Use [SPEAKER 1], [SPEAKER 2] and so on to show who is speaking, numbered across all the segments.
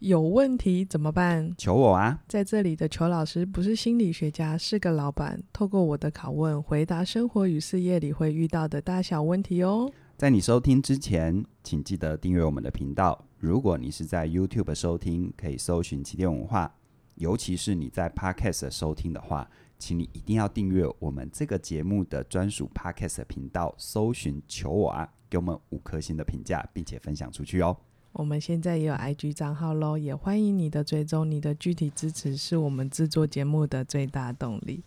[SPEAKER 1] 有问题怎么办？
[SPEAKER 2] 求我啊！
[SPEAKER 1] 在这里的裘老师不是心理学家，是个老板。透过我的拷问，回答生活与事业里会遇到的大小问题哦。
[SPEAKER 2] 在你收听之前，请记得订阅我们的频道。如果你是在 YouTube 收听，可以搜寻起点文化；尤其是你在 Podcast 收听的话，请你一定要订阅我们这个节目的专属 Podcast 频道，搜寻“求我啊”，给我们五颗星的评价，并且分享出去哦。
[SPEAKER 1] 我们现在也有 IG 账号喽，也欢迎你的追踪，你的具体支持是我们制作节目的最大动力。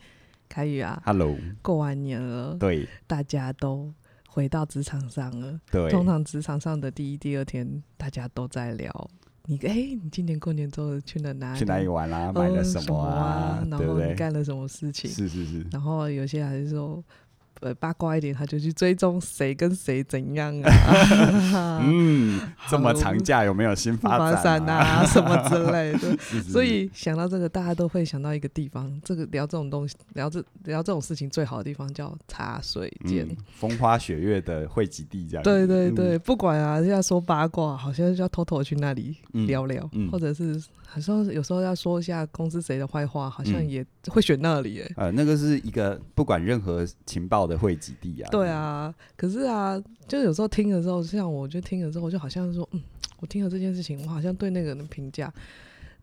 [SPEAKER 1] 凯宇啊，
[SPEAKER 2] Hello，
[SPEAKER 1] 过完年了，
[SPEAKER 2] 对
[SPEAKER 1] 大家都回到职场上了。
[SPEAKER 2] 对，
[SPEAKER 1] 通常职场上的第一、第二天，大家都在聊你，哎、你今年过年之后去了哪里？
[SPEAKER 2] 去哪里玩啦、
[SPEAKER 1] 哦
[SPEAKER 2] 买了
[SPEAKER 1] 嗯什
[SPEAKER 2] 什么啊？
[SPEAKER 1] 然
[SPEAKER 2] 对不
[SPEAKER 1] 后你
[SPEAKER 2] 对？
[SPEAKER 1] 干了什么事情？
[SPEAKER 2] 是是 是，
[SPEAKER 1] 然后有些还是说，呃，八卦一点，他就去追踪谁跟谁怎样啊，
[SPEAKER 2] 嗯，这么长假有没有新
[SPEAKER 1] 不
[SPEAKER 2] 发
[SPEAKER 1] 发
[SPEAKER 2] 展
[SPEAKER 1] 散
[SPEAKER 2] 嗯
[SPEAKER 1] 啊什么之类的。
[SPEAKER 2] 是是
[SPEAKER 1] 所以想到这个，大家都会想到一个地方，这个聊这种东西，聊这聊这种事情最好的地方叫茶水间。
[SPEAKER 2] 嗯，风花雪月的汇集地这样。
[SPEAKER 1] 对对对，不管啊，要说八卦，好像就要偷偷去那里
[SPEAKER 2] 嗯，嗯
[SPEAKER 1] 聊聊，
[SPEAKER 2] 嗯
[SPEAKER 1] 或者是好像有时候要说一下公司谁的坏话，好像
[SPEAKER 2] 嗯
[SPEAKER 1] 也会选那里耶、
[SPEAKER 2] 呃，那个是一个不管任何情报的汇集地啊。
[SPEAKER 1] 对，啊，可是啊，就有时候听的时候，像我就听了之后，我就好像说，嗯，我听了这件事情，我好像对那个人的评价，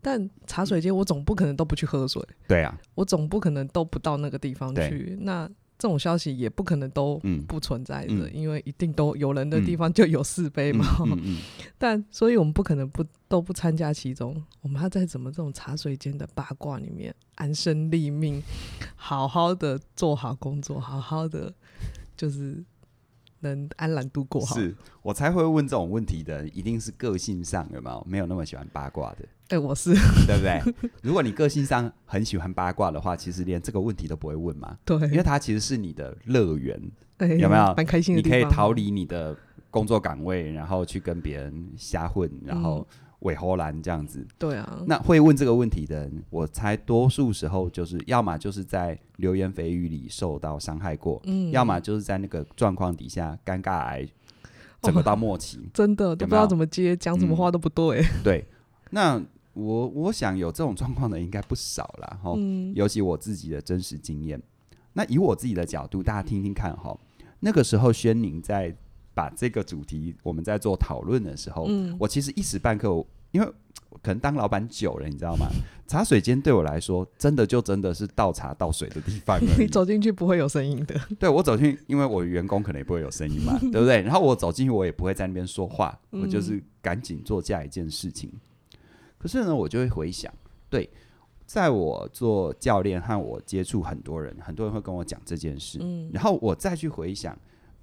[SPEAKER 1] 但茶水间我总不可能都不去喝水，
[SPEAKER 2] 对啊，
[SPEAKER 1] 我总不可能都不到那个地方
[SPEAKER 2] 对
[SPEAKER 1] 去，那这种消息也不可能都
[SPEAKER 2] 嗯，
[SPEAKER 1] 不存在的，
[SPEAKER 2] 嗯
[SPEAKER 1] 因为一定都有人的地
[SPEAKER 2] 嗯
[SPEAKER 1] 方就有是非
[SPEAKER 2] 嗯
[SPEAKER 1] 嘛。
[SPEAKER 2] 嗯嗯，
[SPEAKER 1] 但所以我们不可能不都不参加其中，我们要在怎么这种茶水间的八卦里面安身立命，好好的做好工作，好好的就是能安然度过好。
[SPEAKER 2] 是我才会问这种问题的，一定是个性上有没有没有那么喜欢八卦 的，
[SPEAKER 1] 哎、我是
[SPEAKER 2] 对不对？如果你个性上很喜欢八卦的话，其实连这个问题都不会问嘛，
[SPEAKER 1] 对，
[SPEAKER 2] 因为它其实是你的乐园，
[SPEAKER 1] 哎
[SPEAKER 2] 有没有
[SPEAKER 1] 蛮开心的
[SPEAKER 2] 你
[SPEAKER 1] 地
[SPEAKER 2] 可
[SPEAKER 1] 方？啊
[SPEAKER 2] 以逃离你的工作岗位，然后去跟别人瞎混，然后
[SPEAKER 1] 嗯
[SPEAKER 2] 尾后兰这样子。
[SPEAKER 1] 对啊，
[SPEAKER 2] 那会问这个问题的人，我猜多数时候就是要么就是在流言蜚语里受到伤害过，
[SPEAKER 1] 嗯
[SPEAKER 2] 要么就是在那个状况底下尴尬癌整个到末期。
[SPEAKER 1] 真的都不知道怎么接，讲什么
[SPEAKER 2] 嗯
[SPEAKER 1] 话都不对。
[SPEAKER 2] 对，那我我想有这种状况的应该不少啦， 哈、
[SPEAKER 1] 嗯，
[SPEAKER 2] 尤其我自己的真实经验。那以我自己的角度，大家听听看哈。那个时候，轩宁在把这个主题我们在做讨论的时候，
[SPEAKER 1] 嗯
[SPEAKER 2] 我其实一时半刻我，因为可能当老板久了，你知道吗？茶水间对我来说，真的就真的是倒茶倒水的地方而
[SPEAKER 1] 你
[SPEAKER 2] 已。
[SPEAKER 1] 走进去不会有声音的。
[SPEAKER 2] 对我走进去，因为我员工可能也不会有声音 嘛，对不对？然后我走进去，我也不会在那边说话，我
[SPEAKER 1] 嗯
[SPEAKER 2] 就是赶紧做这样一件事情。可是呢，我就会回想，对，在我做教练和我接触很多人，很多人会跟我讲这件事，
[SPEAKER 1] 嗯
[SPEAKER 2] 然后我再去回想，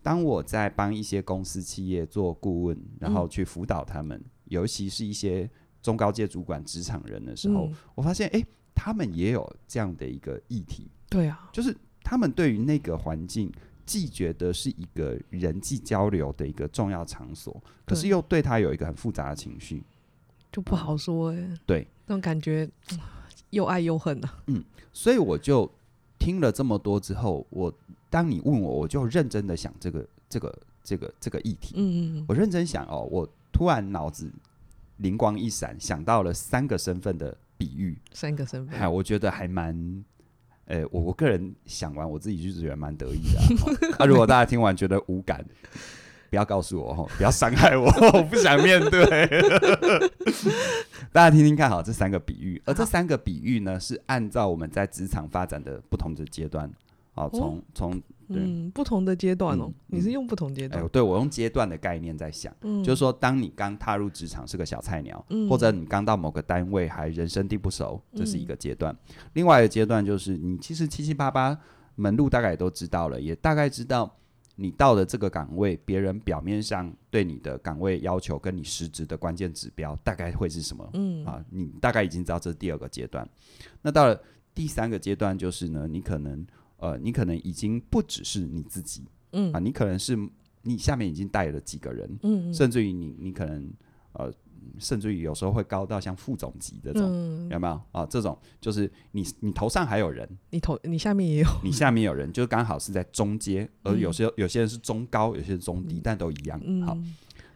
[SPEAKER 2] 当我在帮一些公司企业做顾问，然
[SPEAKER 1] 嗯
[SPEAKER 2] 后去辅导他们，尤其是一些中高阶主管、职场人的时候，
[SPEAKER 1] 嗯
[SPEAKER 2] 我发现，诶，他们也有这样的一个议题，
[SPEAKER 1] 对啊，
[SPEAKER 2] 就是他们对于那个环境既觉得是一个人际交流的一个重要场所，可是
[SPEAKER 1] 对
[SPEAKER 2] 又对他有一个很复杂的情绪。
[SPEAKER 1] 就不好说哎、
[SPEAKER 2] 对，
[SPEAKER 1] 那种感觉嗯又爱又恨啊。
[SPEAKER 2] 所以我就听了这么多之后，我当你问我，我就认真的想这个这个这个这个议题。
[SPEAKER 1] 嗯嗯
[SPEAKER 2] 我认真想哦，我突然脑子灵光一闪，想到了三个身份的比喻，
[SPEAKER 1] 三个身份
[SPEAKER 2] 哎，，我觉得还蛮。呃，我我个人想完，我自己就觉得蛮得意 的、啊。那、如果大家听完觉得无感，不要告诉我哦，不要伤害我，我不想面对。 大家听听看好这三个比喻，而这
[SPEAKER 1] 好
[SPEAKER 2] 三个比喻呢，是按照我们在职场发展的不同的阶段，哦，从从对
[SPEAKER 1] 嗯，不同的阶段哦、
[SPEAKER 2] 嗯
[SPEAKER 1] 你是用不同阶
[SPEAKER 2] 哎
[SPEAKER 1] 段，，
[SPEAKER 2] 对我用阶段的概念在想，
[SPEAKER 1] 嗯，
[SPEAKER 2] 就是说，当你刚踏入职场是个小菜鸟，
[SPEAKER 1] 嗯
[SPEAKER 2] 或者你刚到某个单位还人生地不熟，这是
[SPEAKER 1] 嗯
[SPEAKER 2] 一个阶段。另外一个阶段就是你其实七七八八门路大概也都知道了，也大概知道你到的这个岗位，别人表面上对你的岗位要求跟你实质的关键指标大概会是什么、
[SPEAKER 1] 嗯
[SPEAKER 2] 啊？你大概已经知道这是第二个阶段。那到了第三个阶段就是呢，你可能呃，你可能已经不只是你自己
[SPEAKER 1] 嗯
[SPEAKER 2] 啊，你可能是你下面已经带了几个人，
[SPEAKER 1] 嗯
[SPEAKER 2] 甚至于你你可能呃，甚至于有时候会高到像副总级这种，
[SPEAKER 1] 嗯，
[SPEAKER 2] 有没有啊？这种就是你你头上还有人，
[SPEAKER 1] 你头你下面也有，
[SPEAKER 2] 你下面有人，就刚好是在中阶，而
[SPEAKER 1] 嗯
[SPEAKER 2] 有些有些人是中高，有些是中低，但都一样。
[SPEAKER 1] 嗯，
[SPEAKER 2] 好，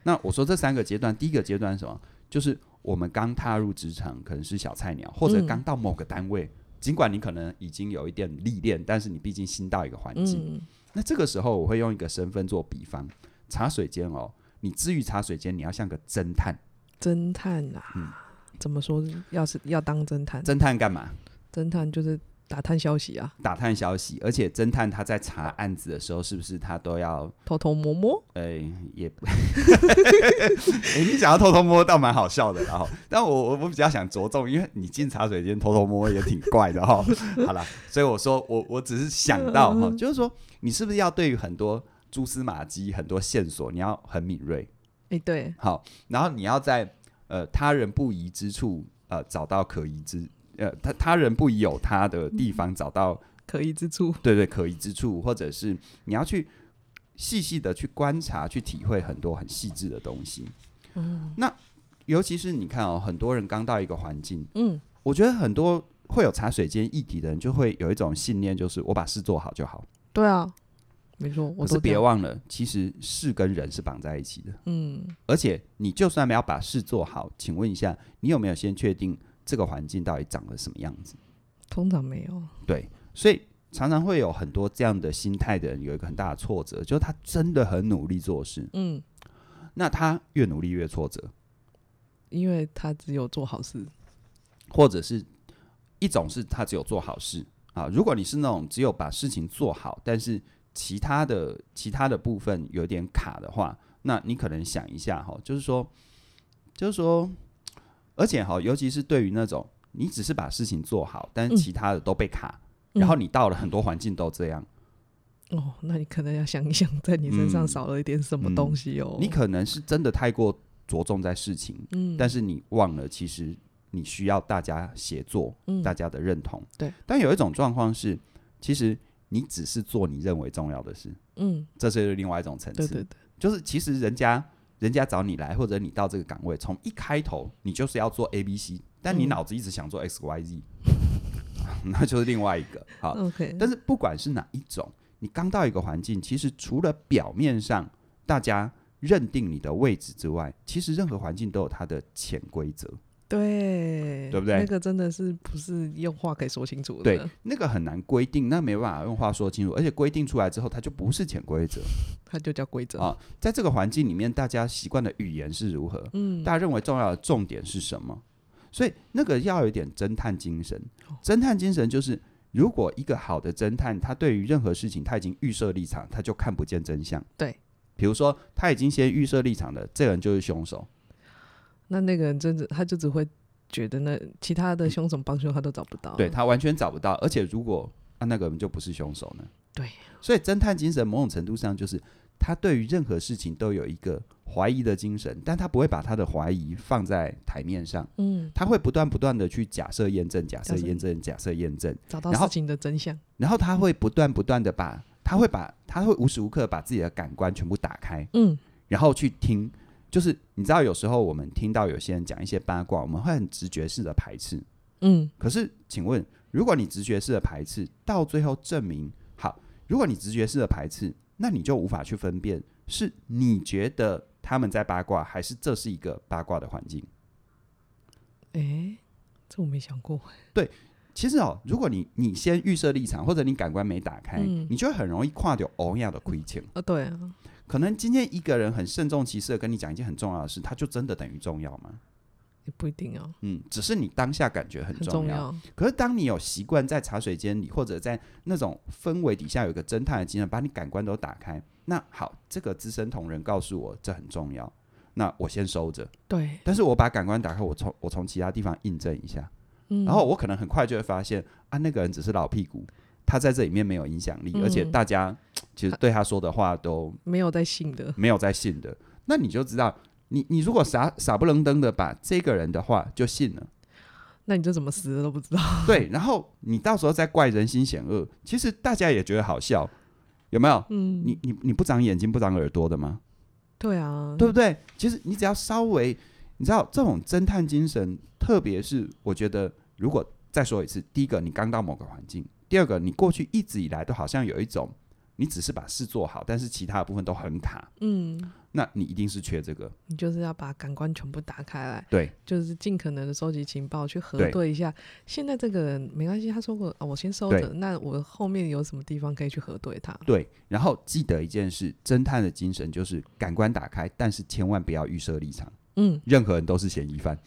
[SPEAKER 2] 那我说这三个阶段，第一个阶段是什么？就是我们刚踏入职场，可能是小菜鸟，或者
[SPEAKER 1] 嗯
[SPEAKER 2] 刚到某个单位，尽管你可能已经有一点历练，但是你毕竟新到一个环境，
[SPEAKER 1] 嗯，
[SPEAKER 2] 那这个时候，我会用一个身份做比方，茶水间哦，你至于茶水间，你要像个侦探，
[SPEAKER 1] 侦探啊，
[SPEAKER 2] 嗯
[SPEAKER 1] 怎么说？要是要当侦探，
[SPEAKER 2] 侦探干嘛？
[SPEAKER 1] 侦探就是打探消息啊，
[SPEAKER 2] 打探消息，而且侦探他在查案子的时候，是不是他都要，
[SPEAKER 1] 偷偷摸摸。
[SPEAKER 2] 呃，也， 哎、你想要偷偷摸倒蛮好笑的啦齁，然后，但我我我比较想着重，因为你进茶水间偷偷摸摸也挺怪的哈、好啦，所以我说我我只是想到哈、就是说你是不是要对于很多蛛丝马迹、很多线索，你要很敏锐。
[SPEAKER 1] 哎、对，
[SPEAKER 2] 好，然后你要在呃他人不疑之处呃找到可疑之呃他他人不疑有他的地方找到、
[SPEAKER 1] 可疑之处。
[SPEAKER 2] 对对可疑之处，或者是你要去细细的去观察、去体会很多很细致的东西。嗯，那尤其是你看哦，很多人刚到一个环境，
[SPEAKER 1] 嗯，
[SPEAKER 2] 我觉得很多会有茶水间议题的人，就会有一种信念，就是我把事做好就好。
[SPEAKER 1] 对啊，没错，我
[SPEAKER 2] 可
[SPEAKER 1] 都
[SPEAKER 2] 是
[SPEAKER 1] 这
[SPEAKER 2] 别
[SPEAKER 1] 样。
[SPEAKER 2] 忘了，其实事跟人是绑在一起的。
[SPEAKER 1] 嗯，
[SPEAKER 2] 而且你就算没有把事做好，请问一下，你有没有先确定这个环境到底长得什么样子？
[SPEAKER 1] 通常没有。
[SPEAKER 2] 对，所以常常会有很多这样的心态的人有一个很大的挫折，就是他真的很努力做事，
[SPEAKER 1] 嗯，
[SPEAKER 2] 那他越努力越挫折，
[SPEAKER 1] 因为他只有做好事。
[SPEAKER 2] 或者是一种是他只有做好事啊。如果你是那种只有把事情做好，但是其他的其他的部分有点卡的话，那你可能想一下哈，就是说，就是说，而且哈，尤其是对于那种你只是把事情做好，但是
[SPEAKER 1] 嗯
[SPEAKER 2] 其他的都被卡，然后
[SPEAKER 1] 嗯
[SPEAKER 2] 你到了很多环境都这样，
[SPEAKER 1] 哦，那你可能要想一想，在你身
[SPEAKER 2] 嗯
[SPEAKER 1] 上少了一点什么
[SPEAKER 2] 嗯
[SPEAKER 1] 东西哦。
[SPEAKER 2] 你可能是真的太过着重在事情，
[SPEAKER 1] 嗯，
[SPEAKER 2] 但
[SPEAKER 1] 是
[SPEAKER 2] 是你忘了其实你需要大家协作，
[SPEAKER 1] 嗯
[SPEAKER 2] 大家的认同。
[SPEAKER 1] 对，
[SPEAKER 2] 但有一种状况是，其实你只是做你认为重要的事，
[SPEAKER 1] 嗯，
[SPEAKER 2] 这是另外一种层
[SPEAKER 1] 对
[SPEAKER 2] 次。
[SPEAKER 1] 对对，
[SPEAKER 2] 就是其实人家人家找你来，或者你到这个岗位，从一开头你就是要做 A、B、C，但你
[SPEAKER 1] 嗯
[SPEAKER 2] 脑子一直想做 X、Y、Z，那就是另外一个好。
[SPEAKER 1] OK，
[SPEAKER 2] 但是不管是哪一种，你刚到一个环境，其实除了表面上大家认定你的位置之外，其实任何环境都有它的潜规则。
[SPEAKER 1] 对，
[SPEAKER 2] 对不对
[SPEAKER 1] 那个真的是不是用话可以说清楚的？
[SPEAKER 2] 对，那个很难规定，那没办法用话说清楚，而且规定出来之后，它就不是潜规则。
[SPEAKER 1] 它就叫规则。
[SPEAKER 2] 啊在这个环境里面，大家习惯的语言是如何？
[SPEAKER 1] 嗯，
[SPEAKER 2] 大家认为重要的重点是什么？所以那个要有一点侦探精神。
[SPEAKER 1] 哦
[SPEAKER 2] 侦探精神就是，如果一个好的侦探，他对于任何事情他已经预设立场，他就看不见真相。
[SPEAKER 1] 对，
[SPEAKER 2] 比如说他已经先预设立场了，这个人就是凶手。
[SPEAKER 1] 那那个人真的，他就只会觉得那其他的凶手帮凶他都找不到。
[SPEAKER 2] 对，他完全找不到，而且如果啊那个人就不是凶手呢？
[SPEAKER 1] 对，
[SPEAKER 2] 所以侦探精神某种程度上就是他对于任何事情都有一个怀疑的精神，但他不会把他的怀疑放在台面上，
[SPEAKER 1] 嗯，
[SPEAKER 2] 他会不断不断的去假设验证、假设
[SPEAKER 1] 假设
[SPEAKER 2] 验证、假设验证，
[SPEAKER 1] 找到
[SPEAKER 2] 然后
[SPEAKER 1] 事情的真相。
[SPEAKER 2] 然后他会不断不断的把他会把他会无时无刻把自己的感官全部打开，
[SPEAKER 1] 嗯，
[SPEAKER 2] 然后去听。就是你知道，有时候我们听到有些人讲一些八卦，我们会很直觉式的排斥。
[SPEAKER 1] 嗯，
[SPEAKER 2] 可是，请问，如果你直觉式的排斥，到最后证明好，如果你直觉式的排斥，那你就无法去分辨是你觉得他们在八卦，还是这是一个八卦的环境。
[SPEAKER 1] 哎、这我没想过。
[SPEAKER 2] 嗯其实哦，如果你你先预设立场，或者你感官没打开，
[SPEAKER 1] 嗯
[SPEAKER 2] 你就会很容易跨掉欧亚的亏欠。
[SPEAKER 1] 啊，对啊，
[SPEAKER 2] 可能今天一个人很慎重其事的跟你讲一件很重要的事，他就真的等于重要吗？
[SPEAKER 1] 也不一定啊，
[SPEAKER 2] 嗯，只是你当下感觉很
[SPEAKER 1] 很
[SPEAKER 2] 重
[SPEAKER 1] 重
[SPEAKER 2] 要，
[SPEAKER 1] 要。
[SPEAKER 2] 可是当你有习惯在茶水间里，或者在那种氛围底下有一个侦探的经验，把你感官都打开，那好，这个资深同仁告诉我这很重要，那我先收着。
[SPEAKER 1] 对，
[SPEAKER 2] 但是我把感官打开，我从我从其他地方印证一下，
[SPEAKER 1] 嗯，
[SPEAKER 2] 然后我可能很快就会发现啊，那个人只是老屁股，他在这里面没有影响力，
[SPEAKER 1] 嗯
[SPEAKER 2] 而且大家其实对他说的话都
[SPEAKER 1] 没有在信的。
[SPEAKER 2] 没有在信的。那你就知道，你你如果傻傻不愣登的把这个人的话就 信了。
[SPEAKER 1] 那你就怎么死的都不知道。
[SPEAKER 2] 对，然后你到时候再怪人心险恶，其实大家也觉得好笑，有没有？
[SPEAKER 1] 嗯，
[SPEAKER 2] 你你你不长眼睛不长耳朵的吗？
[SPEAKER 1] 对啊，
[SPEAKER 2] 对不对？其实你只要稍微，你知道这种侦探精神，特别是我觉得，如果再说一次，第一个你刚到某个环境，第二个你过去一直以来都好像有一种你只是把事做好，但是其他的部分都很卡，
[SPEAKER 1] 嗯，
[SPEAKER 2] 那你一定是缺这个。
[SPEAKER 1] 你就是要把感官全部打开来，
[SPEAKER 2] 对
[SPEAKER 1] 就是尽可能的收集情报，去核
[SPEAKER 2] 对
[SPEAKER 1] 对一下。现在这个人没关系，他说过、哦我先收
[SPEAKER 2] 对
[SPEAKER 1] 着，那我后面有什么地方可以去核对他？
[SPEAKER 2] 对，然后记得一件事，侦探的精神就是感官打开，但是千万不要预设立场。
[SPEAKER 1] 嗯，
[SPEAKER 2] 任何人都是嫌疑 犯，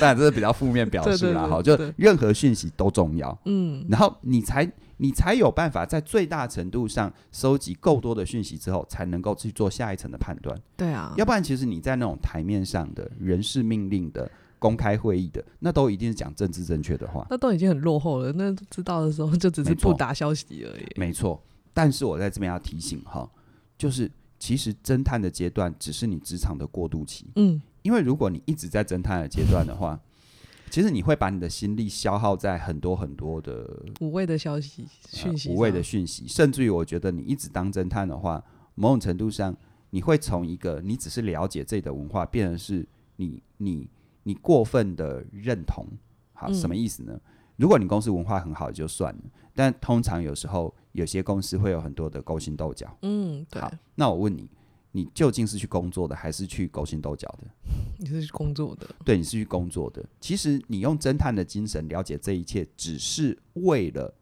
[SPEAKER 2] 当然这是比较负面表述啦。
[SPEAKER 1] 对对对
[SPEAKER 2] 好，就
[SPEAKER 1] 对
[SPEAKER 2] 任何讯息都重要，
[SPEAKER 1] 嗯，
[SPEAKER 2] 然后你才你才有办法在最大程度上收集够多的讯息之后，才能够去做下一层的判断。
[SPEAKER 1] 对啊，
[SPEAKER 2] 要不然，其实你在那种台面上的人事命令的公开会议的，那都一定是讲政治正确的话，
[SPEAKER 1] 那都已经很落后了。那知道的时候就只是
[SPEAKER 2] 没错
[SPEAKER 1] 不打消息而已。
[SPEAKER 2] 没错。但是我在这边要提醒哈，就是其实侦探的阶段只是你职场的过渡期，
[SPEAKER 1] 嗯，
[SPEAKER 2] 因为如果你一直在侦探的阶段的话，其实你会把你的心力消耗在很多很多的、
[SPEAKER 1] 无谓的消息
[SPEAKER 2] 呃
[SPEAKER 1] 讯息、
[SPEAKER 2] 无谓的，讯息，甚至于我觉得你一直当侦探的话，某种程度上你会从一个你只是了解这里的文化，变成是你你你过分的认同。好，
[SPEAKER 1] 嗯
[SPEAKER 2] 什么意思呢？如果你公司文化很好也就算了，但通常有时候有些公司会有很多的勾心斗角。
[SPEAKER 1] 嗯，对，
[SPEAKER 2] 好，那我问你，你究竟是去工作的，还是去勾心斗角的？
[SPEAKER 1] 你是去工作的，
[SPEAKER 2] 对，你是去工作的。其实你用侦探的精神了解这一切，只是为了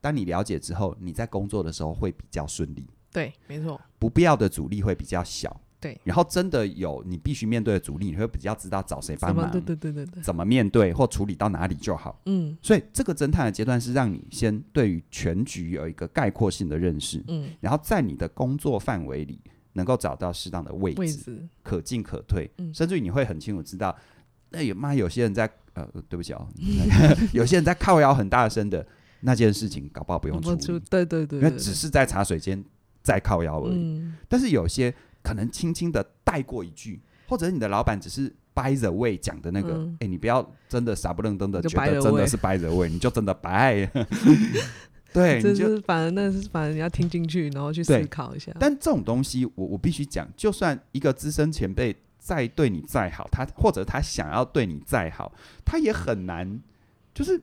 [SPEAKER 2] 当你了解之后，你在工作的时候会比较顺利，
[SPEAKER 1] 对，没错，
[SPEAKER 2] 不必要的阻力会比较小。
[SPEAKER 1] 对，
[SPEAKER 2] 然后真的有你必须面对的阻力，你会比较知道找谁
[SPEAKER 1] 什
[SPEAKER 2] 帮
[SPEAKER 1] 么？
[SPEAKER 2] 忙，
[SPEAKER 1] 对对对对对，
[SPEAKER 2] 怎么面对或处理到哪里就好。
[SPEAKER 1] 嗯
[SPEAKER 2] 所以这个侦探的阶段是让你先对于全局有一个概括性的认识，
[SPEAKER 1] 嗯，
[SPEAKER 2] 然后在你的工作范围里能够找到适当的位置，
[SPEAKER 1] 位置，
[SPEAKER 2] 可进可退，
[SPEAKER 1] 嗯
[SPEAKER 2] 甚至于你会很清楚知道，那有妈有些人在呃，对不起哦， 有些人在靠摇很大声的那件事情，搞不好不用
[SPEAKER 1] 不
[SPEAKER 2] 处
[SPEAKER 1] 出，
[SPEAKER 2] 理，
[SPEAKER 1] 对对对
[SPEAKER 2] 因
[SPEAKER 1] 对，
[SPEAKER 2] 为
[SPEAKER 1] 对
[SPEAKER 2] 只是在茶水间在靠摇而已。
[SPEAKER 1] 嗯，
[SPEAKER 2] 但是有些可能轻轻的带过一句，或者你的老板只是 by the way 讲的那个，哎、
[SPEAKER 1] 嗯
[SPEAKER 2] 你不要真的傻不愣登的
[SPEAKER 1] 就
[SPEAKER 2] 觉
[SPEAKER 1] by the
[SPEAKER 2] 得真的
[SPEAKER 1] way
[SPEAKER 2] 是 by the way，你就真 的 by，对，
[SPEAKER 1] 这
[SPEAKER 2] 你就是
[SPEAKER 1] 反而那是反而你要听进去，然后去思
[SPEAKER 2] 对
[SPEAKER 1] 考一下，
[SPEAKER 2] 但这种东西我，我必须讲，就算一个资深前辈再对你再好，他或者他想要对你再好，他也很难。就是，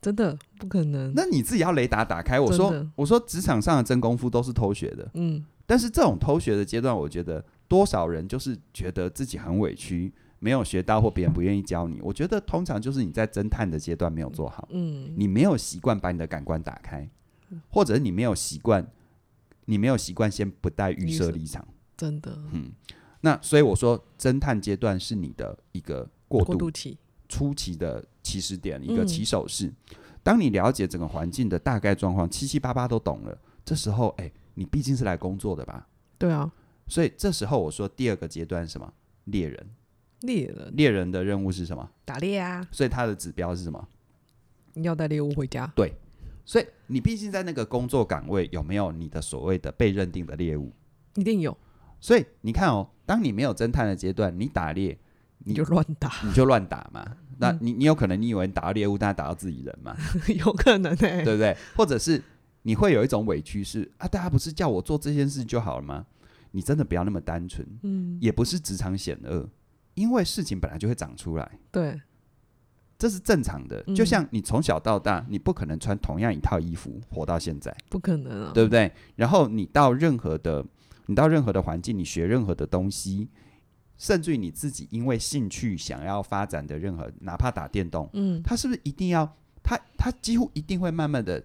[SPEAKER 1] 真的不可能。
[SPEAKER 2] 那你自己要雷达打开。我
[SPEAKER 1] 真
[SPEAKER 2] 说
[SPEAKER 1] 的，
[SPEAKER 2] 我说，职场上的真功夫都是偷学的，
[SPEAKER 1] 嗯，
[SPEAKER 2] 但是这种偷学的阶段，我觉得多少人就是觉得自己很委屈，没有学到或别人不愿意教你。我觉得通常就是你在侦探的阶段没有做好，
[SPEAKER 1] 嗯，
[SPEAKER 2] 你没有习惯把你的感官打开，或者你没有习惯，你没有习惯先不带预
[SPEAKER 1] 预
[SPEAKER 2] 设
[SPEAKER 1] 设
[SPEAKER 2] 立场。
[SPEAKER 1] 真的
[SPEAKER 2] 那所以我说，侦探阶段是你的一个过
[SPEAKER 1] 过
[SPEAKER 2] 渡
[SPEAKER 1] 渡期，
[SPEAKER 2] 初期的起始点，一个
[SPEAKER 1] 嗯
[SPEAKER 2] 起手式。当你了解整个环境的大概状况，七七八八都懂了，这时候，哎，你毕竟是来工作的吧？
[SPEAKER 1] 对啊，
[SPEAKER 2] 所以这时候我说第二个阶段是什么？猎人，
[SPEAKER 1] 猎人
[SPEAKER 2] 猎人的任务是什么？
[SPEAKER 1] 打猎啊，
[SPEAKER 2] 所以他的指标是什么？
[SPEAKER 1] 你要带猎物回家，
[SPEAKER 2] 所以你毕竟在那个工作岗位有没有你的所谓的被认定的猎物？
[SPEAKER 1] 一定有，
[SPEAKER 2] 所以你看哦，当你没有侦探的阶段，你打猎，
[SPEAKER 1] 你
[SPEAKER 2] 你
[SPEAKER 1] 就乱打，
[SPEAKER 2] 你就乱打嘛。那
[SPEAKER 1] 嗯
[SPEAKER 2] 你你有可能你以为你打到猎物，但打到自己人 嘛，
[SPEAKER 1] 有可能哎、
[SPEAKER 2] 对不对？或者是你会有一种委屈是啊，大家不是叫我做这件事就好了吗？你真的不要那么单纯，
[SPEAKER 1] 嗯，
[SPEAKER 2] 也不是职场险恶，因为事情本来就会长出来，
[SPEAKER 1] 对，
[SPEAKER 2] 这是正常的。
[SPEAKER 1] 嗯
[SPEAKER 2] 就像你从小到大，你不可能穿同样一套衣服活到现在，
[SPEAKER 1] 不可能啊，
[SPEAKER 2] 对不对？然后你到任何的，你到任何的环境，你学任何的东西，甚至于你自己因为兴趣想要发展的任何，哪怕打电动。
[SPEAKER 1] 嗯，
[SPEAKER 2] 它是不是一定要它它几乎一定会慢慢的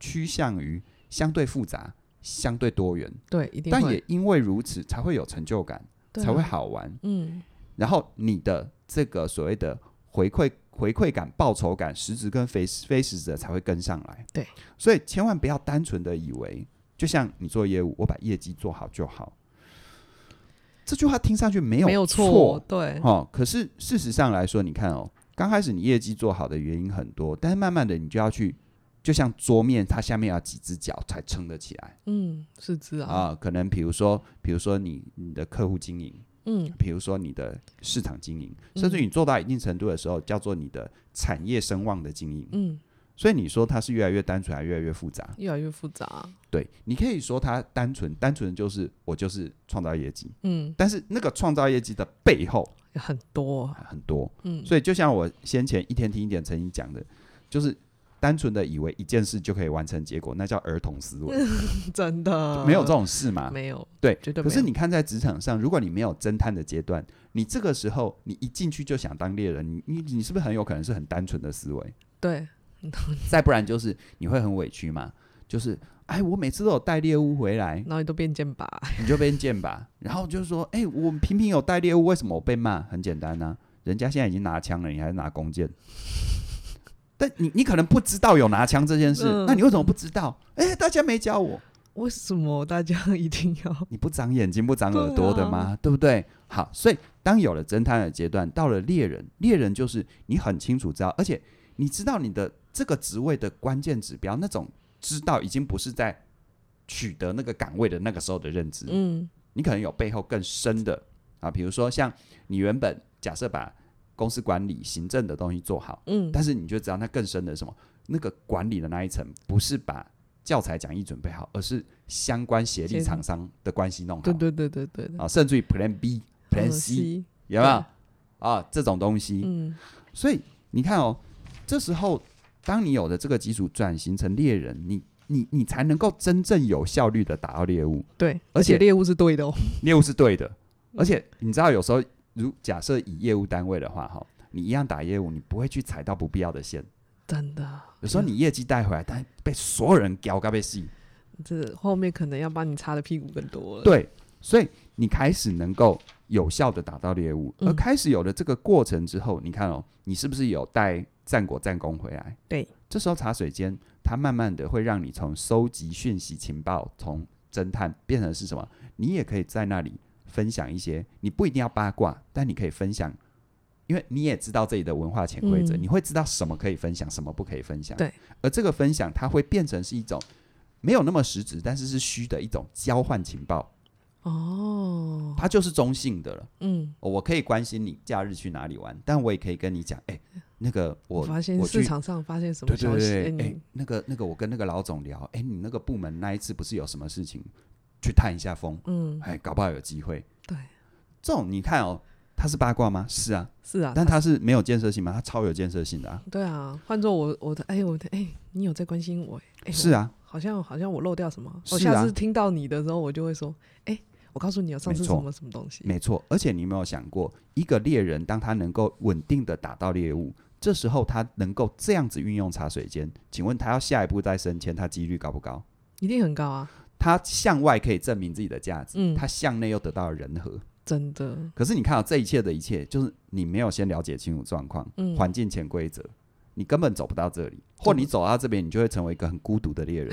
[SPEAKER 2] 趋向于相对复杂、相对多元，
[SPEAKER 1] 对，一定
[SPEAKER 2] 但
[SPEAKER 1] 会
[SPEAKER 2] 也因为如此才会有成就感，
[SPEAKER 1] 对啊
[SPEAKER 2] 才会好玩。
[SPEAKER 1] 嗯，
[SPEAKER 2] 然后你的这个所谓的回馈回馈感、报酬感，实质跟非非实质的才会跟上来。
[SPEAKER 1] 对，
[SPEAKER 2] 所以千万不要单纯的以为，就像你做业务，我把业绩做好就好。这句话听上去没有
[SPEAKER 1] 没有
[SPEAKER 2] 错
[SPEAKER 1] 错，对，
[SPEAKER 2] 哦，可是事实上来说，你看哦，刚开始你业绩做好的原因很多，但是慢慢的你就要去，就像桌面它下面要几只脚才撑得起来
[SPEAKER 1] 嗯，是这样，
[SPEAKER 2] 啊、可能比如说，比如说你你的客户经营，
[SPEAKER 1] 嗯，
[SPEAKER 2] 比如说你的市场经营，甚至你做到一定程度的时候，叫做你的产业声望的经营。
[SPEAKER 1] 嗯，
[SPEAKER 2] 所以你说它是越来越单纯，还越来越复杂？
[SPEAKER 1] 越来越复杂，
[SPEAKER 2] 对你可以说它单纯，单纯就是我就是创造业绩，
[SPEAKER 1] 嗯，
[SPEAKER 2] 但是那个创造业绩的背后
[SPEAKER 1] 很多，
[SPEAKER 2] 很多。
[SPEAKER 1] 嗯，
[SPEAKER 2] 所以就像我先前一天听一点曾经讲的，就是单纯的以为一件事就可以完成结果，那叫儿童思维，
[SPEAKER 1] 真的
[SPEAKER 2] 没有这种啊事嘛？
[SPEAKER 1] 嗯没有，
[SPEAKER 2] 对，
[SPEAKER 1] 绝对
[SPEAKER 2] 可是
[SPEAKER 1] 没有
[SPEAKER 2] 你看，在职场上，如果你没有侦探的阶段，你这个时候你一进去就想当猎人，你你你是不是很有可能是很单纯的思维？
[SPEAKER 1] 对，
[SPEAKER 2] 再不然就是你会很委屈嘛，就是哎，我每次都有带猎物回来，
[SPEAKER 1] 然后你都变剑拔，
[SPEAKER 2] 你就被剑吧。然后就是说，哎、我频频有带猎物，为什么我被骂？很简单呐、啊人家现在已经拿枪了，你还是拿弓箭。 但你你可能不知道有拿枪这件事，
[SPEAKER 1] 嗯
[SPEAKER 2] 那你为什么不知道？哎、大家没教我，
[SPEAKER 1] 为什么大家一定要？
[SPEAKER 2] 你不长眼睛不长耳朵的吗？
[SPEAKER 1] 对
[SPEAKER 2] 对不对？好，所以当有了侦探的阶段，到了猎人，猎人就是你很清楚知道，而且你知道你的这个职位的关键指标，那种知道已经不是在取得那个岗位的那个时候的认知，
[SPEAKER 1] 嗯
[SPEAKER 2] 你可能有背后更深的啊，比如说像你原本假设把公司管理、行政的东西做好，
[SPEAKER 1] 嗯，
[SPEAKER 2] 但是你就知道那更深的是什么，那个管理的那一层不是把教材讲义准备好，而是相关协
[SPEAKER 1] 协
[SPEAKER 2] 力
[SPEAKER 1] 力
[SPEAKER 2] 厂商的关系弄好，
[SPEAKER 1] 对对对对对对，
[SPEAKER 2] 啊，甚至于 Plan B、Plan
[SPEAKER 1] 嗯
[SPEAKER 2] C 有没有啊？这种东西，
[SPEAKER 1] 嗯
[SPEAKER 2] 所以你看哦，这时候当你有了这个基础，转型成猎人，你你你才能够真正有效率的打到猎物，
[SPEAKER 1] 对，
[SPEAKER 2] 而
[SPEAKER 1] 而
[SPEAKER 2] 且
[SPEAKER 1] 且猎物是对的哦，
[SPEAKER 2] 业务是对的，而且你知道，有时候如假设以业务单位的话，哈，你一样打业务，你不会去踩到不必要的线。
[SPEAKER 1] 真的。
[SPEAKER 2] 有时候你业绩带回来，但被所有人屌该被戏。
[SPEAKER 1] 这后面可能要把你擦的屁股更多了。，
[SPEAKER 2] 对，所以你开始能够有效的打到猎物，
[SPEAKER 1] 嗯
[SPEAKER 2] 而开始有了这个过程之后，你看哦，你是不是有带战果战功回来？
[SPEAKER 1] 对，
[SPEAKER 2] 这时候茶水间，它慢慢的会让你从收集讯息情报，从侦探变成是什么？你也可以在那里分享一些，你不一定要八卦，但你可以分享，因为你也知道这里的文化潜规则，
[SPEAKER 1] 嗯
[SPEAKER 2] 你会知道什么可以分享，什么不可以分享。
[SPEAKER 1] 对，
[SPEAKER 2] 而这个分享它会变成是一种没有那么实质，但是是虚的一种交换情报，
[SPEAKER 1] 哦，
[SPEAKER 2] 它就是中性的了。
[SPEAKER 1] 嗯，
[SPEAKER 2] 哦我可以关心你假日去哪里玩，但我也可以跟你讲，哎、那个我
[SPEAKER 1] 发现
[SPEAKER 2] 我去
[SPEAKER 1] 市场上发现什么
[SPEAKER 2] 对对
[SPEAKER 1] 消息，哎
[SPEAKER 2] 对，哎、
[SPEAKER 1] 你
[SPEAKER 2] 那个那个，我跟那个老总聊，哎、你那个部门那一次不是有什么事情，去探一下风，
[SPEAKER 1] 嗯，
[SPEAKER 2] 哎、搞不好有机会。
[SPEAKER 1] 对，
[SPEAKER 2] 这种你看哦，他是八卦吗？是啊，
[SPEAKER 1] 是啊，
[SPEAKER 2] 但他是没有建设性吗？他超有建设性的啊，
[SPEAKER 1] 对啊，换做我我的哎我的哎，你有在关心我哎，哎
[SPEAKER 2] 是，啊，
[SPEAKER 1] 我好像好像我漏掉什么，我
[SPEAKER 2] 是啊
[SPEAKER 1] 下次听到你的时候，我就会说，哎，我告诉你，有上次
[SPEAKER 2] 没
[SPEAKER 1] 什
[SPEAKER 2] 错
[SPEAKER 1] 么什么东西，
[SPEAKER 2] 没错。而且你有没有想过，一个猎人当他能够稳定的打到猎物，这时候他能够这样子运用茶水间，请问他要下一步再升迁，他几率高不高？
[SPEAKER 1] 一定很高啊，
[SPEAKER 2] 他向外可以证明自己的价值，
[SPEAKER 1] 嗯
[SPEAKER 2] 他向内又得到了人和。
[SPEAKER 1] 真的，
[SPEAKER 2] 可是你看到、这一切的一切，就是你没有先了解清楚状况，
[SPEAKER 1] 嗯
[SPEAKER 2] 环境潜规则，你根本走不到这里，或你走到这边，你就会成为一个很孤独的猎人。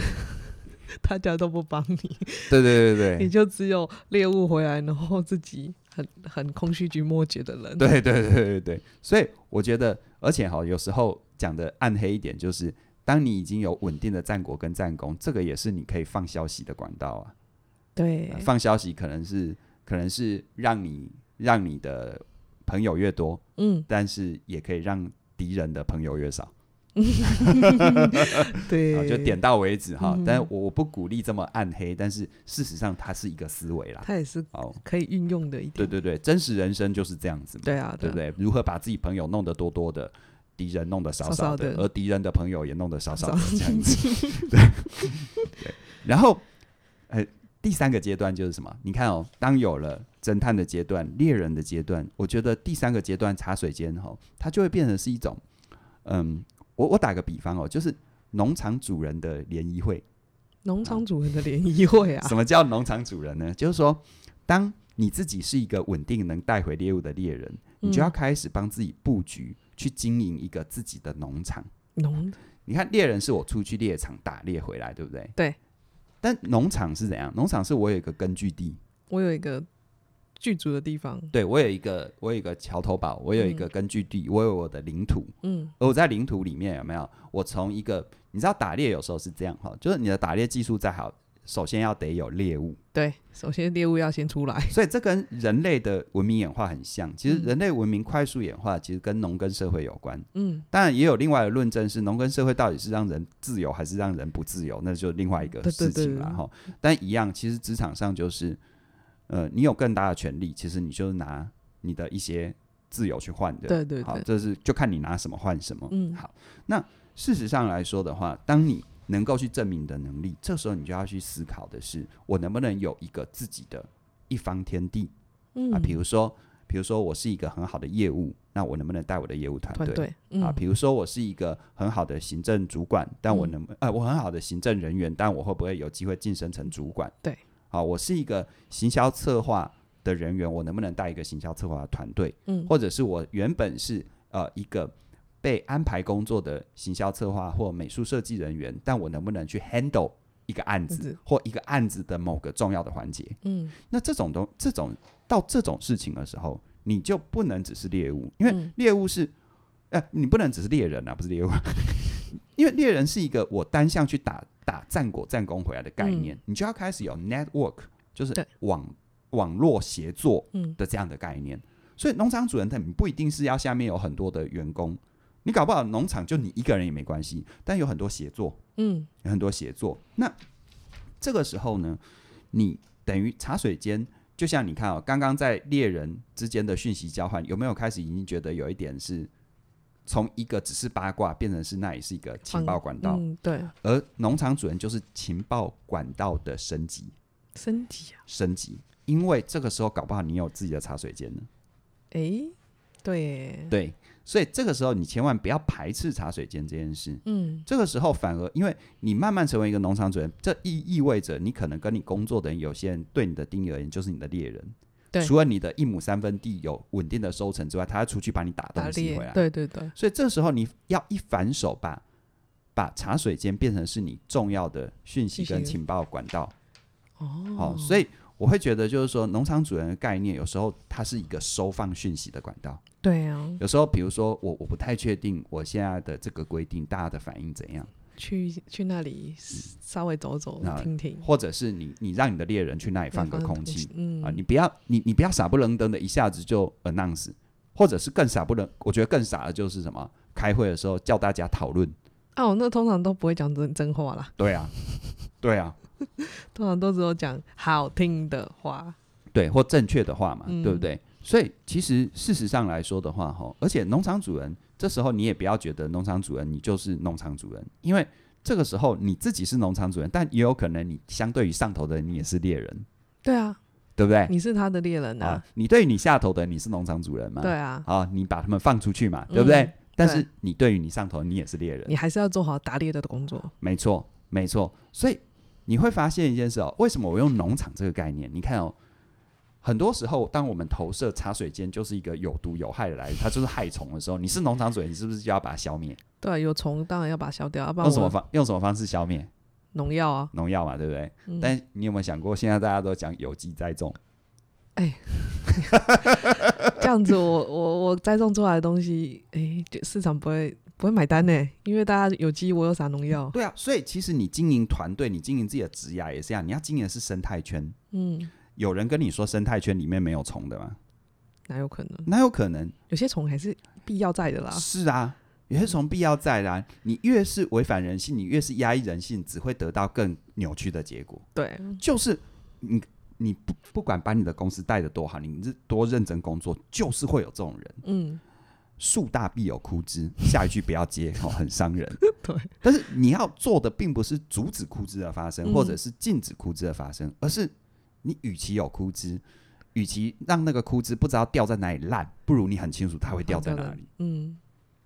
[SPEAKER 1] 大家都不帮你，
[SPEAKER 2] 对对对
[SPEAKER 1] 你
[SPEAKER 2] 对
[SPEAKER 1] 就只有猎物回来，然后自己很很空虚寂寞觉的人，，
[SPEAKER 2] 对对对对对对，所以我觉得，而且哈，有时候讲的暗黑一点，就是当你已经有稳定的战果跟战功，这个也是你可以放消息的管道啊。
[SPEAKER 1] 对
[SPEAKER 2] 呃，放消息可能是可能是让你让你的朋友越多，
[SPEAKER 1] 嗯，
[SPEAKER 2] 但是也可以让敌人的朋友越少。啊，
[SPEAKER 1] 对，
[SPEAKER 2] 就点到为止哈。
[SPEAKER 1] 嗯
[SPEAKER 2] 但我我不鼓励这么暗黑，但是事实上它是一个思维啦。
[SPEAKER 1] 它也是
[SPEAKER 2] 好，
[SPEAKER 1] 可以运用的一
[SPEAKER 2] 对
[SPEAKER 1] 点。
[SPEAKER 2] 对对，真实人生就是这样子嘛，
[SPEAKER 1] 对啊，
[SPEAKER 2] 对
[SPEAKER 1] 啊
[SPEAKER 2] 不？对？如何把自己朋友弄得多多的，敌人弄得少
[SPEAKER 1] 少
[SPEAKER 2] 少
[SPEAKER 1] 少
[SPEAKER 2] 的，
[SPEAKER 1] 的
[SPEAKER 2] 而敌人的朋友也弄得少少的
[SPEAKER 1] 少
[SPEAKER 2] 这样子。 对对，然后，呃，第三个阶段就是什么？你看哦，当有了侦探的阶段、猎人的阶段，我觉得第三个阶段茶水间哈、哦，它就会变成是一种，嗯，我我打个比方哦，就是农场主人的联谊会。
[SPEAKER 1] 农场主人的联谊会啊
[SPEAKER 2] 什，么叫农场主人呢？就是说，当你自己是一个稳定能带回猎物的猎人，你就要
[SPEAKER 1] 嗯
[SPEAKER 2] 开始帮自己布局，去经营一个自己的农场。
[SPEAKER 1] 农
[SPEAKER 2] 你看，猎人是我出去猎场打猎回来，对不对？
[SPEAKER 1] 对。
[SPEAKER 2] 但农场是怎样？农场是我有一个根据地，
[SPEAKER 1] 我有一个剧组的地方，
[SPEAKER 2] 对我有一个，我有一个桥头堡，我有一个根据地，我有我的领土。
[SPEAKER 1] 嗯
[SPEAKER 2] 而我在领土里面有没有？我从一个，你知道打猎有时候是这样哈，就是你的打猎技术再好，首先要得有猎物。
[SPEAKER 1] 对，首先猎物要先出来，
[SPEAKER 2] 所以这跟人类的文明演化很像。其实
[SPEAKER 1] 嗯
[SPEAKER 2] 人类文明快速演化，其实跟农耕社会有关。
[SPEAKER 1] 嗯，
[SPEAKER 2] 当然，也有另外的论证是，农耕社会到底是让人自由还是让人不自由，那就另外一个
[SPEAKER 1] 对对
[SPEAKER 2] 事情了
[SPEAKER 1] 对
[SPEAKER 2] 哈。但一样，其实职场上就是，呃，你有更大的权利，其实你就是拿你的一些自由去换的。
[SPEAKER 1] 对对啊
[SPEAKER 2] 好，
[SPEAKER 1] 对，
[SPEAKER 2] 这是就看你拿什么换什么。
[SPEAKER 1] 嗯
[SPEAKER 2] 好，那事实上来说的话，当你能够去证明你的能力，这时候你就要去思考的是，我能不能有一个自己的一方天地
[SPEAKER 1] 嗯
[SPEAKER 2] 啊？比如说，比如说我是一个很好的业务，那我能不能带我的业务团
[SPEAKER 1] 团
[SPEAKER 2] 队？
[SPEAKER 1] 队，嗯
[SPEAKER 2] 啊，比如说我是一个很好的行政主管，但我
[SPEAKER 1] 嗯
[SPEAKER 2] 能、呃我很好的行政人员，但我会不会有机会晋升成主管？
[SPEAKER 1] 对，
[SPEAKER 2] 啊，我是一个行销策划的人员，我能不能带一个行销策划的团队？
[SPEAKER 1] 嗯
[SPEAKER 2] 或者是我原本是呃一个被安排工作的行销策划或美术设计人员，但我能不能去 handle 一个案
[SPEAKER 1] 案
[SPEAKER 2] 子
[SPEAKER 1] 子
[SPEAKER 2] 或一个案子的某个重要的环节？
[SPEAKER 1] 嗯，
[SPEAKER 2] 那这种东这种到这种事情的时候，你就不能只是猎物，因为
[SPEAKER 1] 嗯
[SPEAKER 2] 猎物是，呃，你不能只是猎人啊，不是猎物， 因为猎人是一个我单向去打打战果战功回来的概念，你就要开始有 network，就
[SPEAKER 1] 嗯
[SPEAKER 2] 是
[SPEAKER 1] 对
[SPEAKER 2] 网网络协作
[SPEAKER 1] 嗯
[SPEAKER 2] 的这样的概念。所以农场主人他你不一定是要下面有很多的员工，你搞不好农场就你一个人也没关系，但有很多协作，
[SPEAKER 1] 嗯
[SPEAKER 2] 有很多写作。那这个时候呢，你等于茶水间，就像你看哦，刚刚在猎人之间的讯息交换，有没有开始已经觉得有一点是从一个只是八卦变成是那也是一个情
[SPEAKER 1] 放
[SPEAKER 2] 报管道，
[SPEAKER 1] 嗯，对，
[SPEAKER 2] 而农场主人就是情报管道的升级
[SPEAKER 1] 身体啊，
[SPEAKER 2] 升级，因为这个时候搞不好你有自己的茶水间呢。
[SPEAKER 1] 诶，对耶，
[SPEAKER 2] 对，所以这个时候你千万不要排斥茶水间这件事。
[SPEAKER 1] 嗯
[SPEAKER 2] 这个时候反而，因为你慢慢成为一个农场主人，这意意味着你可能跟你工作的人，有些人对你的定义而言就是你的猎人。
[SPEAKER 1] 对
[SPEAKER 2] 除了你的一亩三分地有稳定的收成之外，他要出去把你打
[SPEAKER 1] 打
[SPEAKER 2] 东西啊
[SPEAKER 1] 猎
[SPEAKER 2] 回来。，
[SPEAKER 1] 对对对，
[SPEAKER 2] 所以这时候你要一反手把把茶水间变成是你重要的讯息
[SPEAKER 1] 讯息
[SPEAKER 2] 跟
[SPEAKER 1] 源
[SPEAKER 2] 情报管道。好、
[SPEAKER 1] 哦，
[SPEAKER 2] 所以我会觉得就是说，农场主人的概念有时候它是一个收放讯息的管道。
[SPEAKER 1] 对啊，
[SPEAKER 2] 有时候比如说我我不太确定我现在的这个规定大家的反应怎样。
[SPEAKER 1] 去去那里稍微走走
[SPEAKER 2] 嗯那
[SPEAKER 1] 听听，
[SPEAKER 2] 或者是你你让你的猎人去那里放个空气，
[SPEAKER 1] 嗯
[SPEAKER 2] 啊，你不要你你不要傻不愣登的一下子就 announce，或者是更傻不愣，我觉得更傻的就是什么？开会的时候叫大家讨论，
[SPEAKER 1] 啊，我那通常都不会讲真真话啦，
[SPEAKER 2] 对 啊，对啊，
[SPEAKER 1] 通常都只有讲好听的话，
[SPEAKER 2] 对，啊或正确的话嘛，
[SPEAKER 1] 嗯
[SPEAKER 2] 对不对？所以其实事实上来说的话，哈，而且农场主人这时候你也不要觉得农场主人你就是农场主人，因为这个时候你自己是农场主人，但也有可能你相对于上头的人你也是猎人，
[SPEAKER 1] 对啊，
[SPEAKER 2] 对不对？
[SPEAKER 1] 你是他的猎人
[SPEAKER 2] 啊
[SPEAKER 1] 啊，，
[SPEAKER 2] 你对于你下头的人你是农场主人嘛？
[SPEAKER 1] 对啊，
[SPEAKER 2] 啊，你把他们放出去嘛，
[SPEAKER 1] 嗯
[SPEAKER 2] 对不对？但
[SPEAKER 1] 对
[SPEAKER 2] 是你对于你上头，你也是猎人，
[SPEAKER 1] 你还是要做好打猎的工作，
[SPEAKER 2] 没错，没错。所以你会发现一件事哦，为什么我用农场这个概念？你看哦，很多时候当我们投射茶水间就是一个有毒有害的来源，它就是害虫的时候，你是农场主人，你是不是就要把它消灭？
[SPEAKER 1] 对啊，有虫当然要把它消掉，要不然
[SPEAKER 2] 用什么
[SPEAKER 1] 我
[SPEAKER 2] 方用什么方式消灭？
[SPEAKER 1] 农药啊，
[SPEAKER 2] 农药嘛，对不对？
[SPEAKER 1] 嗯
[SPEAKER 2] 但你有没有想过，现在大家都讲有机栽种，
[SPEAKER 1] 这样子我我我栽种出来的东西，诶，就市场不会不会买单呢，因为大家有机我有撒农 药，
[SPEAKER 2] 对啊，所以其实你经营团队，你经营自己的职涯也是这样，你要经营的是生态圈。
[SPEAKER 1] 嗯，
[SPEAKER 2] 有人跟你说生态圈里面没有虫的吗？
[SPEAKER 1] 哪有可能？
[SPEAKER 2] 哪有可能？
[SPEAKER 1] 有些虫还是必要在的啦，
[SPEAKER 2] 是啊，有些虫必要在啦、你越是违反人性，你越是压抑人性，只会得到更扭曲的结果。
[SPEAKER 1] 对，
[SPEAKER 2] 就是你你不不管把你的公司带的多好，你是多认真工作，就是会有这种人。
[SPEAKER 1] 嗯，
[SPEAKER 2] 树大必有枯 枝，下一句不要接，哦，很伤人。
[SPEAKER 1] 对，
[SPEAKER 2] 但是你要做的并不是阻止枯枝的发生，
[SPEAKER 1] 嗯
[SPEAKER 2] 或者是禁止枯枝的发生，而是你与其有枯枝，与其让那个枯枝不知道掉在哪里烂，不如你很清楚它会哦掉在哪里，哦
[SPEAKER 1] 嗯，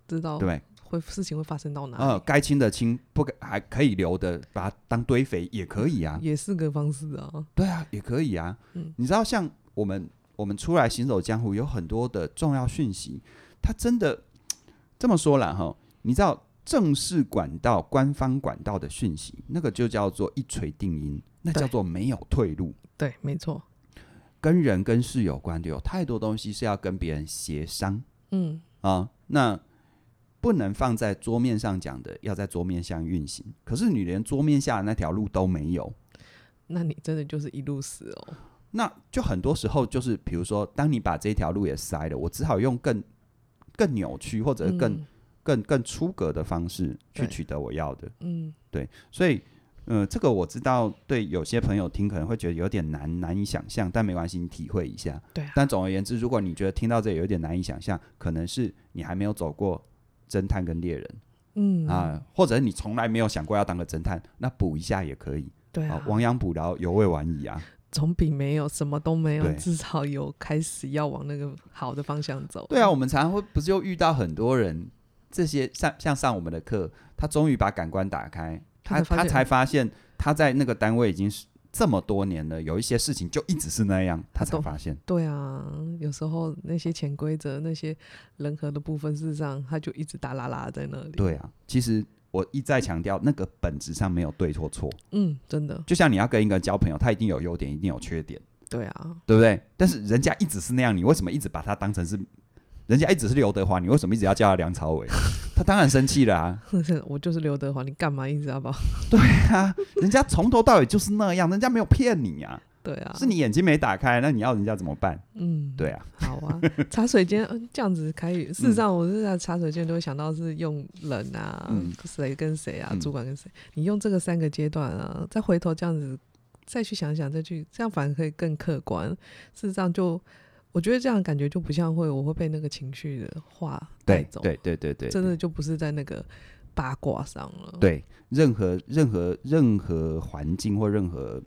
[SPEAKER 1] 知道
[SPEAKER 2] 对不对？
[SPEAKER 1] 会事情会发生到哪里，
[SPEAKER 2] 呃，该清的清，不该还可以留的，把它当堆肥也可以啊，
[SPEAKER 1] 也是个方式啊，
[SPEAKER 2] 对啊，也可以啊。
[SPEAKER 1] 嗯
[SPEAKER 2] 你知道，像我们我们出来行走江湖，有很多的重要讯息，它真的这么说啦，哈，你知道正式管道、官方管道的讯息，那个就叫做一锤定音，那
[SPEAKER 1] 对
[SPEAKER 2] 叫做没有退路。
[SPEAKER 1] 对，没错，
[SPEAKER 2] 跟人跟事有关的，有太多东西是要跟别人协商
[SPEAKER 1] 嗯，
[SPEAKER 2] 啊，那不能放在桌面上讲的，要在桌面上运行。可是你连桌面下的那条路都没有，
[SPEAKER 1] 那你真的就是一路死哦，
[SPEAKER 2] 那就很多时候就是，比如说，当你把这条路也塞了，我只好用更更扭曲或者是更、
[SPEAKER 1] 嗯
[SPEAKER 2] 更更出格的方式去
[SPEAKER 1] 对
[SPEAKER 2] 取得我要的。
[SPEAKER 1] 嗯，
[SPEAKER 2] 所以，呃，这个我知道，对有些朋友听可能会觉得有点难难以想象，但没关系，你体会一下。
[SPEAKER 1] 对啊，
[SPEAKER 2] 但总而言之，如果你觉得听到这里有点难以想象，可能是你还没有走过侦探跟猎人，
[SPEAKER 1] 嗯
[SPEAKER 2] 啊，或者你从来没有想过要当个侦探，那补一下也可以
[SPEAKER 1] 对
[SPEAKER 2] 啊
[SPEAKER 1] 啊，，
[SPEAKER 2] 亡羊补牢，犹未晚矣啊。
[SPEAKER 1] 总比没有什么都没有
[SPEAKER 2] 对，
[SPEAKER 1] 至少有开始要往那个好的方向走。
[SPEAKER 2] 对啊，我们常常会不是又遇到很多人，这些像像上我们的课，他终于把感官打开，他
[SPEAKER 1] 他才发现
[SPEAKER 2] 他才发现他在那个单位已经是这么多年了，有一些事情就一直是那样，他才
[SPEAKER 1] 懂
[SPEAKER 2] 发现。
[SPEAKER 1] 对啊，有时候那些潜规则、那些人和的部分，事实上他就一直打啦啦在那里。
[SPEAKER 2] 对，啊，其实我一再强调，那个本质上没有对或错，
[SPEAKER 1] 嗯，真的，
[SPEAKER 2] 就像你要跟一个人交朋友，他一定有优点，一定有缺点，
[SPEAKER 1] 对啊，
[SPEAKER 2] 对不对？但是人家一直是那样，你为什么一直把他当成是？人家一直是刘德华，你为什么一直要叫他梁朝 伟？他当然生气了啊！
[SPEAKER 1] 我就是刘德华，你干嘛一直要把我？
[SPEAKER 2] 啊，人家从头到尾就是那样，人家没有骗你啊，
[SPEAKER 1] 对啊，
[SPEAKER 2] 是你眼睛没打开，那你要人家怎么办？
[SPEAKER 1] 嗯，
[SPEAKER 2] 对啊，
[SPEAKER 1] 好啊，茶水间嗯这样子开语，事实上我是在茶水间都会想到是用人啊
[SPEAKER 2] 嗯，
[SPEAKER 1] 谁、跟谁啊，
[SPEAKER 2] 嗯
[SPEAKER 1] 主管跟谁，你用这个三个阶段啊，再回头这样子再去想想，再去这样反而可以更客观。事实上就，我觉得这样感觉就不像会我会被那个情绪的话带
[SPEAKER 2] 对
[SPEAKER 1] 走，
[SPEAKER 2] 对对对对，
[SPEAKER 1] 真的就不是在那个八卦上了。
[SPEAKER 2] 对任何任何任何环境或任何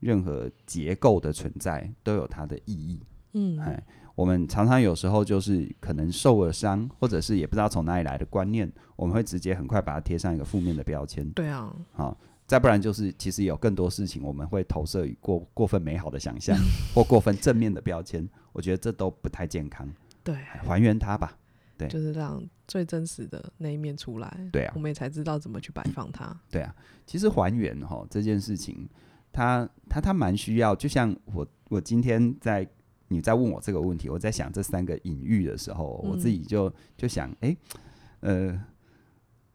[SPEAKER 2] 任何结构的存在都有它的意义。
[SPEAKER 1] 嗯，
[SPEAKER 2] 哎，我们常常有时候就是可能受了伤，或者是也不知道从哪里来的观念，我们会直接很快把它贴上一个负面的标签。
[SPEAKER 1] 对啊，
[SPEAKER 2] 好、再不然就是其实有更多事情我们会投射于过过分美好的想象或过分正面的标签，我觉得这都不太健康。
[SPEAKER 1] 对，啊
[SPEAKER 2] 哎还原它吧。对
[SPEAKER 1] 就是让最真实的那一面出来，
[SPEAKER 2] 对啊
[SPEAKER 1] 我们也才知道怎么去摆放它。
[SPEAKER 2] 对啊，其实还原哈这件事情，它它它蛮需要，就像我我今天在你在问我这个问题，我在想这三个隐喻的时候，
[SPEAKER 1] 嗯
[SPEAKER 2] 我自己就就想，诶，呃，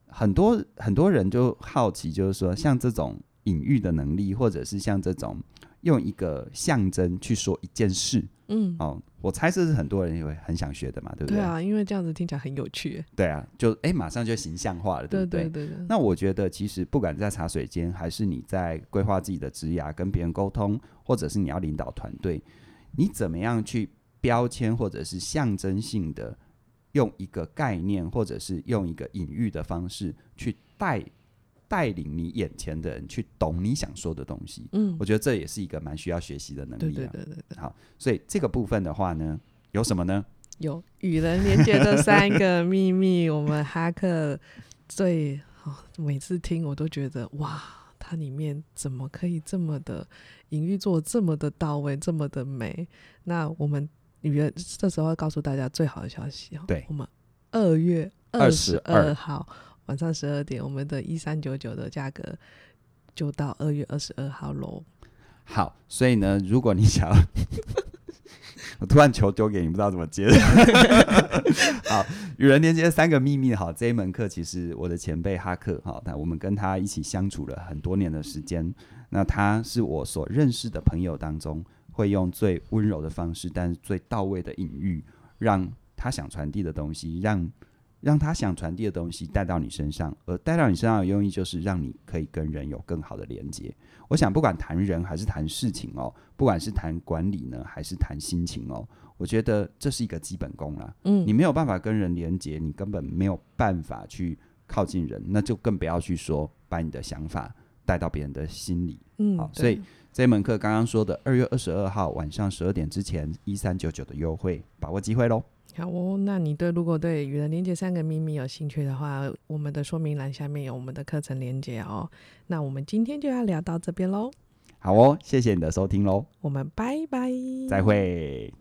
[SPEAKER 2] 很多很多人就好奇，就是说像这种隐喻的能力，或者是像这种用一个象征去说一件事，
[SPEAKER 1] 嗯，
[SPEAKER 2] 哦，我猜这是很多人也会很想学的嘛，对不
[SPEAKER 1] 对
[SPEAKER 2] 对？
[SPEAKER 1] 啊，因为这样子听起来很有趣。
[SPEAKER 2] 对啊，就诶，马上就形象化了，对
[SPEAKER 1] 对
[SPEAKER 2] 不嗯对
[SPEAKER 1] 对？对对，
[SPEAKER 2] 那我觉得，其实不管在茶水间，还是你在规划自己的职涯、跟别人沟通，或者是你要领导团队，你怎么样去标签或者是象征性的用一个概念，或者是用一个隐喻的方式去带带领你眼前的人去懂你想说的东西。
[SPEAKER 1] 嗯
[SPEAKER 2] 我，觉得这也是一个蛮需要学习的能
[SPEAKER 1] 对
[SPEAKER 2] 力、啊。
[SPEAKER 1] 对对对对，
[SPEAKER 2] 所以这个部分的话呢，有什么呢？
[SPEAKER 1] 有嗯与人连接的三个秘密，我们哈克呃最、哦、每次听我都觉得哇，它里面怎么可以这么的隐喻做得这么的到位，这么的美？那我们与人这时候要告诉大家最好的消息哦，
[SPEAKER 2] 对
[SPEAKER 1] 我们二月二十
[SPEAKER 2] 22
[SPEAKER 1] 二号晚上十二点，我们的一三九九的价格就到二月二十二号喽。
[SPEAKER 2] 好，所以呢，如果你想要，我突然球丢给你，不知道怎么接。好，与人连接三个秘密。好，这一门课其实我的前辈哈克，好，那我们跟他一起相处了很多年的时间。那他是我所认识的朋友当中，会用最温柔的方式，但是最到位的隐喻，让他想传递的东西，让让他想传递的东西带到你身上，而带到你身上的用意就是让你可以跟人有更好的连接。我想，不管谈人还是谈事情哦，不管是谈管理呢，还是谈心情哦，我觉得这是一个基本功啦。
[SPEAKER 1] 嗯，
[SPEAKER 2] 你没有办法跟人连接，你根本没有办法去靠近人，那就更不要去说把你的想法带到别人的心里。
[SPEAKER 1] 嗯
[SPEAKER 2] 好，
[SPEAKER 1] 对
[SPEAKER 2] 所以这门课刚刚说的二月二十二号晚上十二点之前一三九九的优惠，把握机会喽。
[SPEAKER 1] 好哦，那你对如果对与人连接三个秘密有兴趣的话，我们的说明栏下面有我们的课程连接哦。那我们今天就要聊到这边喽，
[SPEAKER 2] 好哦，谢谢你的收听喽，
[SPEAKER 1] 我们拜拜，
[SPEAKER 2] 再会。